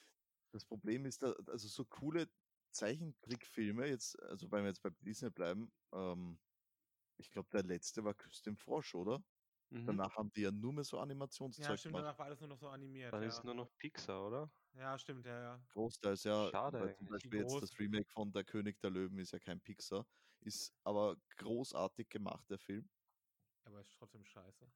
Das Problem ist, da, also, so coole Zeichentrickfilme, jetzt, also, wenn wir jetzt bei Disney bleiben, ähm, ich glaube, der letzte war Küss den Frosch, oder? Mhm. Danach haben die ja nur mehr so Ja, Animationszeug stimmt, gemacht. danach war alles nur noch so animiert. Dann ja. ist nur noch Pixar, oder? ja, stimmt, ja, ja. Großteils, ja. Schade weil zum eigentlich. Beispiel jetzt das Großen- Remake von Der König der Löwen ist ja kein Pixar. Ist aber großartig gemacht, der Film. Aber ist trotzdem scheiße.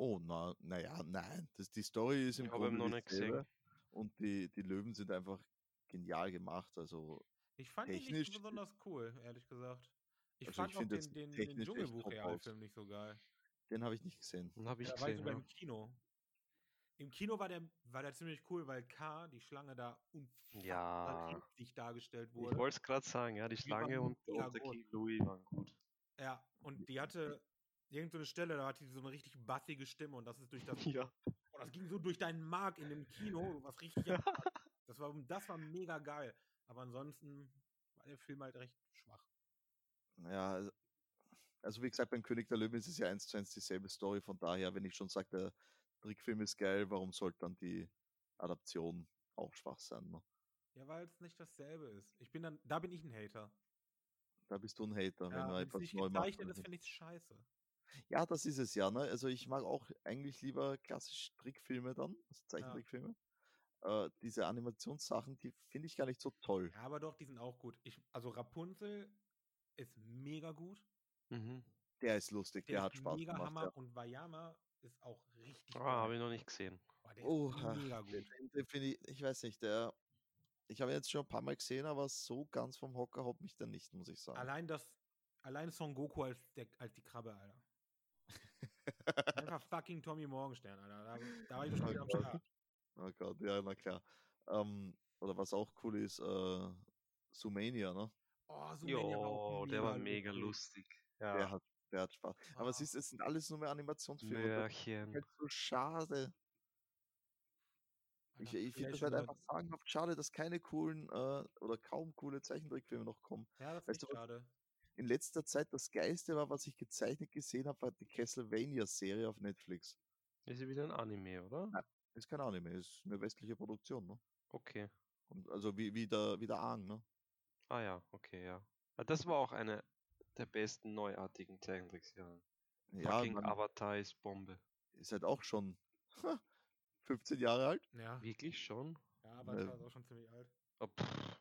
Oh, na, naja, nein. Das, die Story ist im Ich habe Grunde ihn noch nicht dieselbe gesehen. Und die, die Löwen sind einfach genial gemacht. Also, Ich fand ihn Technisch- nicht besonders cool, ehrlich gesagt. Ich Also fand ich auch find jetzt den, den, den technisch echt Dschungelbuch-Realfilm nicht so geil. den habe ich nicht ne? gesehen. Dann habe ich Da war ich gesehen. ne? sogar Ja. im Kino. Im Kino war der, war der ziemlich cool, weil K, die Schlange da Ja. unfassbar riesig dargestellt Ich wurde. wollte es gerade sagen, ja, die waren Schlange und, mega und der groß. King Louis waren gut. (laughs) Ja, und die hatte irgendeine Stelle, da hatte die so eine richtig bassige Stimme und das ist durch (laughs) das. Ja. Boah, das ging so durch deinen Mark in dem Kino, du warst richtig. am (laughs) Arsch. das, war, das war mega geil. Aber ansonsten war der Film halt recht schwach. Ja, also- also wie gesagt, beim König der Löwen ist es ja eins zu eins dieselbe Story. Von daher, wenn ich schon sage, der Trickfilm ist geil, warum sollte dann die Adaption auch schwach sein? Ne? Ja, weil es nicht dasselbe ist. Ich bin dann, da bin ich ein Hater. Da bist du ein Hater, wenn Ja, du wenn's etwas nicht neu machst. gezeichnet ist, finde ich scheiße. Ja, das ist es ja. Ne? Also ich mag auch eigentlich lieber klassisch Trickfilme dann, also Zeichentrickfilme. Äh, diese Animationssachen, die finde ich gar nicht so toll. Ja, aber doch, die sind auch gut. Ich, also Rapunzel ist mega gut. Mhm. Der ist lustig, der, ist hat Spaß mega gemacht. Hammer Ja. und Vayama ist auch richtig Ah, geil. habe ich noch nicht gesehen. Boah, der Oha, ist mega Den gut. Film, den finde ich, ich weiß nicht, der. Ich habe ihn jetzt schon ein paar Mal gesehen, aber so ganz vom Hocker haut mich der nicht, muss ich sagen. Allein das, allein Son Goku als, der, als die Krabbe, Alter. (laughs) Einfach fucking Tommy Morgenstern, Alter. Da, da war ich Oh schon wieder am Gott. Start. Oh Gott, ja, na klar. Ähm, oder was auch cool ist, äh, Sumania, ne? Oh, so Jo, der halt war mega lustig. Der, Ja. hat, der hat Spaß. Aber siehst du, ist es sind alles nur mehr Animationsfilme. und Das ist Märchen. halt so schade. Ich, ich finde das halt einfach sagenhaft schade, dass keine coolen äh, oder kaum coole Zeichentrickfilme noch kommen. Ja, das ist weißt echt du was? schade. In letzter Zeit das Geiste war, was ich gezeichnet gesehen habe, war die Castlevania-Serie auf Netflix. Ist ja wieder ein Anime, oder? Nein. Ist kein Anime, ist eine westliche Produktion, ne? Okay. Und also wie, wie, der, wie der Aang, ne? Ah ja, okay, ja. Ah, Das war auch eine der besten neuartigen Zeichentrickserien. Ja, Fucking man, Avatar ist Bombe. ist halt auch schon (laughs) 15 Jahre alt. Ja, Wirklich schon? ja aber Ne. das war auch schon ziemlich alt. Oh, pff.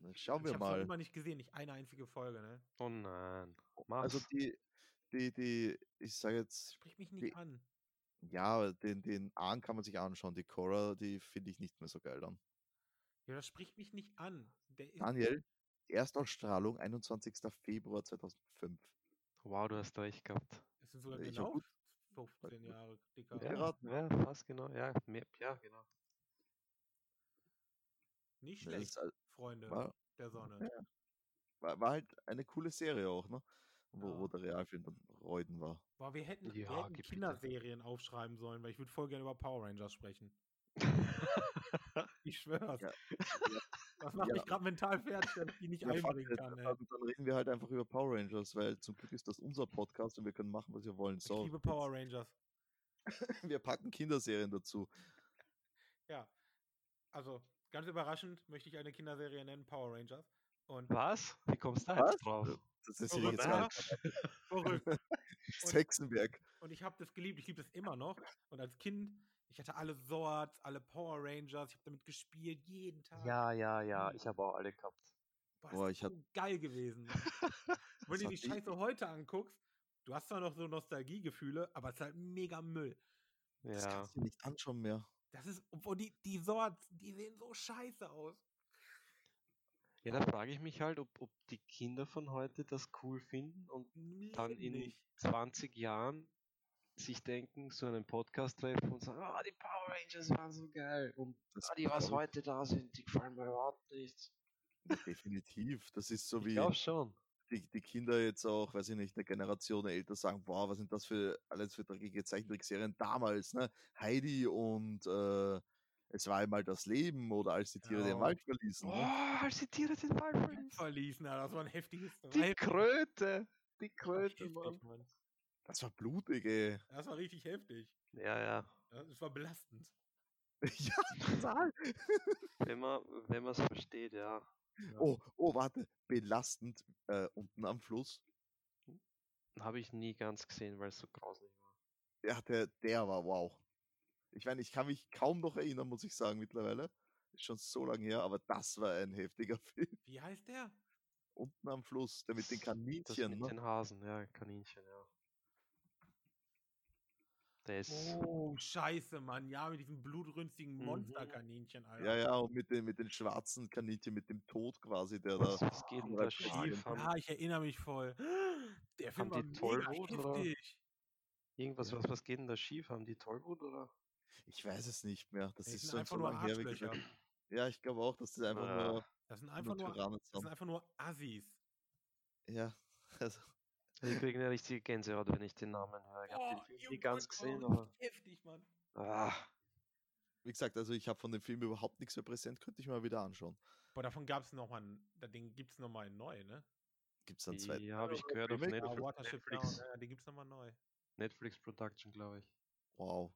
Na, Ne, Schauen Ich wir hab's noch mal. immer nicht gesehen, nicht eine einzige Folge, ne? oh nein. Also Mach's. die, die, die, ich sage jetzt, Sprich mich nicht Die- an. ja, den, den Ahn kann man sich anschauen. Die Cora, die finde ich nicht mehr so geil dann. Ja, das spricht mich nicht an. Der ist Daniel, Erstausstrahlung 21. Februar Ne, 2005. wow, du hast recht gehabt. Es sind sogar Ich hab genau gut- 15 gut. Jahre dicker. Ja. Ja, geraten. ja, fast genau. Ja, mehr, ja, genau. Nicht Ne, schlecht, ist, al- Freunde war, der Sonne. war, war halt eine coole Serie auch, ne? Wo, wo Ja. der Realfilm dann Reuden war. Boah, wir hätten, Ja, wir hätten gib bitte. Kinderserien aufschreiben sollen, weil ich würde voll gerne über Power Rangers (laughs) sprechen. Ich schwör's. Ja. Das macht Ja. mich gerade mental fertig, dass ich die nicht fuck einbringen it, kann. Ey. dann, dann reden wir halt einfach über Power Rangers, weil zum Glück ist das unser Podcast und wir können machen, was wir wollen. Ich So, liebe Power Rangers. (laughs) wir packen Kinderserien dazu. Ja. Also, ganz überraschend möchte ich eine Kinderserie nennen, Power Rangers. Und Was? Wie kommst du da Was? jetzt drauf? Das ist Oh, ja jetzt was? gar Na, nicht (laughs) verrückt. Sechsenberg. Und ich habe das geliebt, ich liebe das immer noch. Und als Kind, ich hatte alle Swords, alle Power Rangers, ich habe damit gespielt, jeden Tag. Ja, ja, ja, ich habe auch alle gehabt. Boah, Boah, das ich ist so geil gewesen. (laughs) Mann. Wenn du hat die die- Scheiße heute anguckst, du hast zwar noch so Nostalgiegefühle, aber es ist halt mega Müll. Das Ja. kannst du dir nicht anschauen mehr. Das ist, obwohl die, die Sorts, die sehen so scheiße aus. Ja, da frage ich mich halt, ob, ob die Kinder von heute das cool finden und Im dann Leben in nicht. 20 Jahren sich denken, so einen Podcast treffen und sagen, ah, die Power Rangers waren so geil und Das ah, die, was glaub heute da sind, die gefallen mir überhaupt nicht. ich Definitiv. Das ist so Ich wie glaube schon. die, die Kinder jetzt auch, weiß ich nicht, eine Generation älter sagen, wow, was sind das für alles für dreckige Zeichentrickserien damals, ne? Heidi und äh, es war einmal das Leben oder als die Tiere den Ja. Wald verließen. Oh, Ne? als die Tiere den Wald verließen. Verließen, Alter, das war ein heftiges. das war Die (laughs) heftig, Kröte. Die Kröte, Mann. heftig, Mann. Das war blutig, ey. (laughs) Das war richtig heftig. Ja, ja. Das das war belastend. ja, (laughs) total. Wenn man wenn man es versteht, ja. Oh, oh, warte. Belastend äh, unten am Fluss. Habe ich nie ganz gesehen, weil es so grauslich war. Ja, der, der war wow. Ich meine, ich kann mich kaum noch erinnern, muss ich sagen, mittlerweile. Ist schon so lange her, aber das war ein heftiger (laughs) Film. Wie heißt der? Unten am Fluss, der mit den Das Kaninchen. Äh, mit ne? den Hasen, ja, Kaninchen, ja. Der ist. Oh, scheiße, Mann. Ja, mit diesem blutrünstigen Mhm. Monsterkaninchen, Alter. Ja, ja, und mit den, mit den schwarzen Kaninchen, mit dem Tod quasi, Oh, der da. Was, was geht denn da Konrad schief? Wagen. Haben, Ja, Ah, ich erinnere mich voll. Der Haben Film war die mega Tollwut, oder? heftig. irgendwas, was, was geht denn da schief? Haben die Tollwut oder? Ich weiß es nicht mehr. Das Ey, ist sind schon einfach so nur lange her. wie gesagt. Arschlöcher. Ja, ich glaube auch, dass das einfach Ah. nur, Das sind einfach nur nur, Tyrannen das sind. sind einfach nur Assis. Ja, (laughs) also, Ich kriege eine richtige Gänsehaut, wenn ich den Namen höre. Ich habe den Film nie Oh, Junge, ganz das war gesehen, richtig aber. Heftig, Mann. Ah, wie gesagt, also ich habe von dem Film überhaupt nichts mehr präsent, könnte ich mal wieder anschauen. Boah, davon gab es nochmal, den gibt es nochmal neu, ne? Gibt es einen zweiten? die habe ich gehört auf Remake? Ja, Netflix, Watership Down, Netflix, ja, den gibt es nochmal neu. Netflix Production, glaube ich. Wow.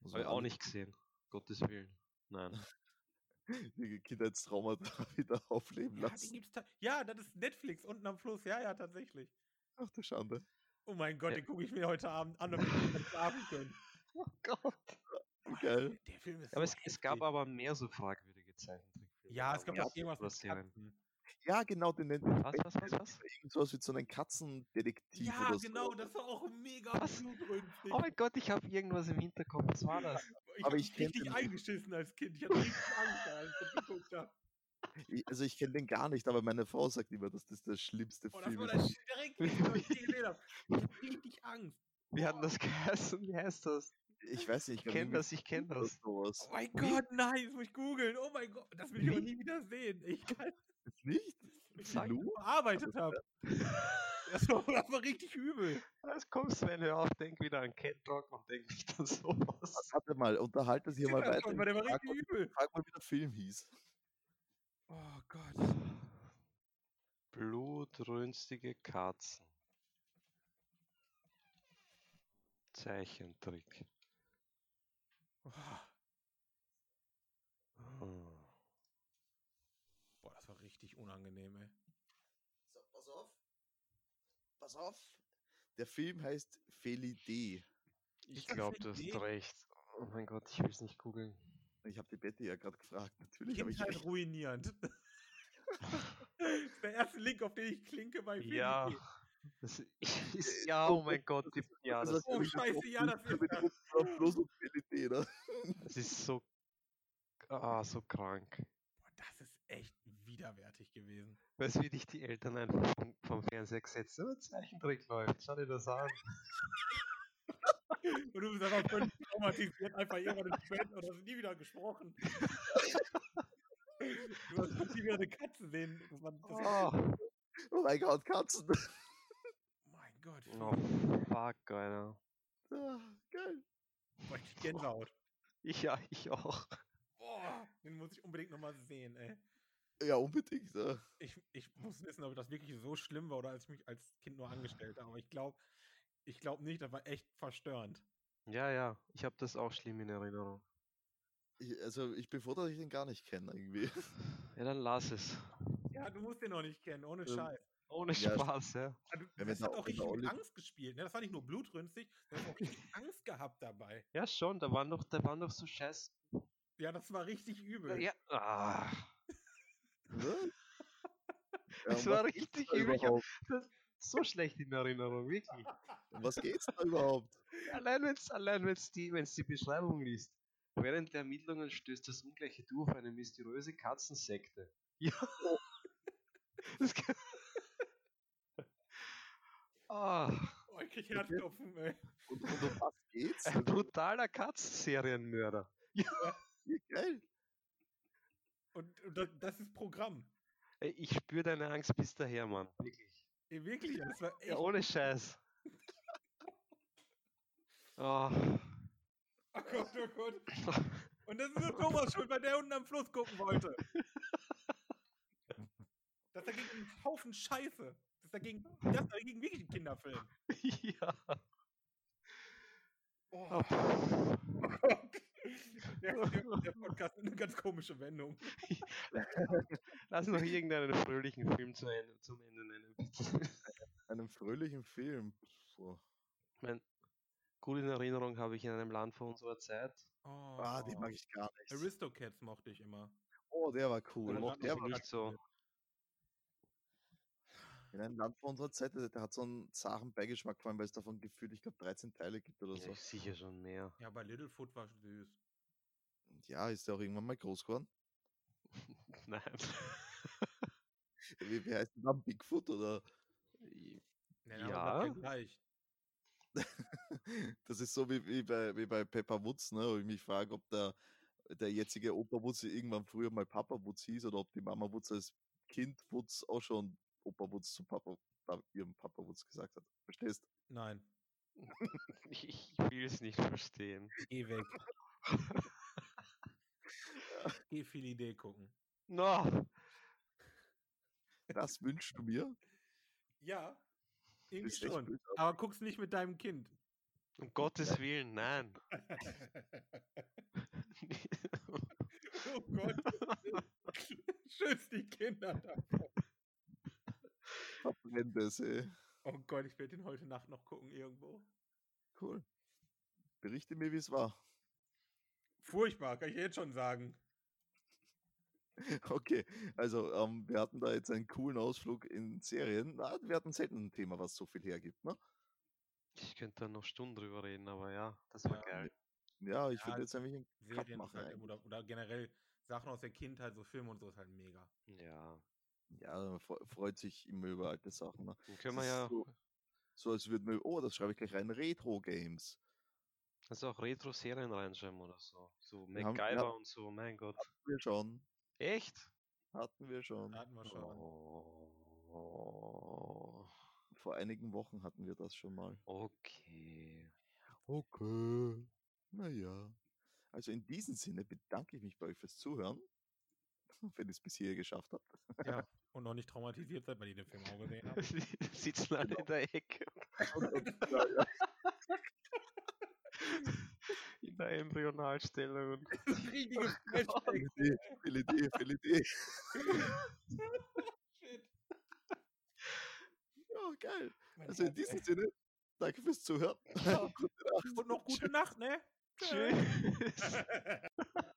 Muss Habe ich man auch alle nicht gesehen. Gottes Willen. Nein. (laughs) (laughs) Die Kindheitstraumata wieder aufleben Ja, den lassen. gibt's ta- ja, das ist Netflix, unten am Fluss. Ja, ja, tatsächlich. Ach du Schande. Oh mein Gott, Ja. den gucke ich mir heute Abend an, damit wir nicht schlafen können. Wie geil. Der Film ist Aber so es, es gab heftig. aber mehr so fragwürdige Zeichentrickfilme. Ja, es gab ja auch irgendwas mit Serien. Katzen. Ja, genau, den nennt man Was, was, was, was? irgendwas mit so einem Katzendetektiv Ja, oder so. genau, das war auch mega Was? blutrünstig. Oh mein Gott, ich habe irgendwas im Hinterkopf. Was war das? ich aber hab ich mich kenn richtig den- eingeschissen als Kind. Ich hatte richtig Angst, als ich das geguckt habe. Ich, also ich kenne den gar nicht, aber meine Frau sagt immer, dass das der schlimmste Oh, das Film war ist. das (laughs) Schrecklichste, was ich je gesehen habe. Ich hatte richtig Angst. Wie hat denn das geheißen? Wie heißt das? Ich weiß nicht, Ich kenne das, (laughs) ich kenne das. Sowas. Oh mein Gott, nein, das muss ich googeln. Oh mein Gott, das will ich aber nie wieder sehen. Ich kann Nicht? ich Sag- das bearbeitet habe. (laughs) Das war, das war richtig übel. Jetzt kommst du, wenn du auf, denk wieder an Cat Talk und denk (laughs) nicht an sowas. Warte mal, unterhalte sie hier mal Das weiter. war, der war Ich frag, richtig übel. frag mal, wie der Film hieß. Oh Gott. Blutrünstige Katzen. Zeichentrick. Oh, Hm. Boah, das war richtig unangenehm, ey. So, pass auf. Pass auf. Der Film heißt Felidee. Ich Ist das glaube, eine du hast Idee? recht. Oh mein Gott, ich will es nicht googeln. Ich habe die Betty ja gerade gefragt. Natürlich habe ich (laughs) Kindheit recht. ruinierend. das ist der erste Link, auf den ich klinke bei Filmen. (laughs) Ja. Das ist, ja, oh mein Gott. Die, ja, das, Oh, scheiße, ja, das ist das. bloß um Felidee, ne? das ist so. Ah, so krank. Boah, das ist echt widerwärtig gewesen. Weißt du, wie dich die Eltern einfach vom, vom Fernseher gesetzt haben? Oh, Zeichentrick läuft. Schau dir das an. Und du bist einfach völlig traumatisiert, einfach irgendwann ins Bett und hast nie wieder gesprochen. du hast nie wieder eine Katze sehen. Das war, das Oh, Oh mein Gott, Katzen. mein Gott, oh fuck, Alter. (laughs) Ah, Geil. boah, ich krieg Gänsehaut. Ich, ja, ich auch. Boah, den muss ich unbedingt nochmal sehen, ey. Ja, unbedingt. ne? Ja. Ich, ich muss wissen, ob das wirklich so schlimm war oder als ich mich als Kind nur angestellt habe. Aber ich glaube ich glaub nicht, das war echt verstörend. Ja, ja, ich habe das auch schlimm in Erinnerung. Ich, also ich bin froh, dass ich den gar nicht kenne irgendwie. Ja, dann lass es. Ja, du musst den noch nicht kennen, ohne Ähm, Scheiß. Ohne Ja, Spaß, ja. Ja, du- wenn Das der- hat wenn auch der richtig mit Oliver- Angst gespielt. Ne? Das war nicht nur blutrünstig, sondern auch richtig Angst gehabt dabei. Ja, schon, da waren doch, da waren doch so scheiß. Ja, das war richtig übel. Ja. Ah, (laughs) Ne? Ja, das um war was geht's richtig da übel. Ich hab überhaupt? das so schlecht in Erinnerung, wirklich. Um was geht's da überhaupt? Allein wenn es allein wenn's die, wenn's die Beschreibung liest. Während der Ermittlungen stößt das ungleiche Du auf eine mysteriöse Katzensekte. (laughs) Ja. Das kann... (laughs) Ah, Oh, ich krieg Herzklopfen, ey. Und, und um was geht's? (laughs) ein brutaler Katzenserienmörder. Ja, Geil. Und, und das, das ist Programm. Ey, Ich spüre deine Angst bis daher, Mann. Wirklich. Ey, wirklich, das war echt. Ja, oh. ohne Scheiß. Ah. Oh Gott, oh Gott. (laughs) Und das ist nur Thomas schuld, weil der unten am Fluss gucken wollte. Das ist dagegen ein Haufen Scheiße. Das ist dagegen, das ist dagegen wirklich ein Kinderfilm. ja. Oh Ah, pff. Gott. Der, der, der Podcast nimmt eine ganz komische Wendung. Lass noch irgendeinen fröhlichen Film zu Ende, zum Ende nennen, bitte. einem fröhlichen Film. Puh. Ich mein, gut in Erinnerung habe ich in einem Land vor unserer Zeit. Oh, Ah, den mag ich gar nicht. Aristocats mochte ich immer. Oh, der war cool. Oder Oh, Land der of war Illusion. nicht so. in einem Land von unserer Zeit, der der hat so einen zaren Beigeschmack gefallen, weil es davon gefühlt, ich glaube, 13 Teile gibt oder Ja, so. sicher schon mehr. Ja, bei Littlefoot war süß. Ja, ist der auch irgendwann mal groß geworden. (laughs) Nein. Wie, wie heißt denn dann Bigfoot oder? Nee, der war Ja. halt gleich. Das ist so wie, wie, bei, wie bei Pepper Woods, ne? wo ich mich frage, ob der, der jetzige Opa Woods irgendwann früher mal Papa Woods hieß oder ob die Mama Woods als Kind Woods auch schon Opa Woods zu Papa, pa- ihrem Papa Woods gesagt hat. Verstehst? Nein, Ich, ich will es nicht verstehen. geh (laughs) weg. geh viel Idee gucken. Na, Das (laughs) wünschst du mir? Ja, irgendwie Bist echt schon. böse. Aber guck's nicht mit deinem (laughs) Kind. um Gottes Willen, nein. (laughs) Oh Gott. (laughs) Schütz die Kinder davor. Verbrennt es, ey. Oh Gott, ich werde den heute Nacht noch gucken irgendwo. Cool. Berichte mir, wie es war. (laughs) Furchtbar, kann ich jetzt schon sagen. Okay, also ähm, wir hatten da jetzt einen coolen Ausflug in Serien. Na, wir hatten selten ein Thema, was so viel hergibt. Ne? Ich könnte da noch Stunden drüber reden, aber ja, das war Ja. geil. Ja, ich Ja, würde jetzt eigentlich einen Cut Serien ist machen. halt, eigentlich. oder, oder generell Sachen aus der Kindheit, so Filme und so ist halt mega. Ja. Ja, man fre- freut sich immer über alte Sachen. Ne? Dann Das können wir ist ja. so, so, als würden wir, oh, das schreibe ich gleich rein, Retro-Games. Also auch Retro-Serien reinschreiben oder so. So Wir haben- wir MacGyver haben- und so, mein Gott. Hatten wir schon, Echt? hatten wir schon. Da hatten wir schon. Oh. Vor einigen Wochen hatten wir das schon mal. Okay. Okay, naja. Also in diesem Sinne bedanke ich mich bei euch fürs Zuhören, (laughs) wenn ihr es bis hier geschafft habt. Ja. Und noch nicht traumatisiert seid, weil ihr den Film auch gesehen (laughs) habt. Sitzen alle in der Ecke. Genau. Und, und, ja, ja. In der Embryonalstellung. Richtiges Viele Idee, viele Idee, viele Idee. (laughs) Shit. Ja, geil. Mein Also in Herz, ey. diesem Sinne, danke fürs (laughs) Zuhören. Und noch gute Nacht, ne? Tschüss. Tschüss.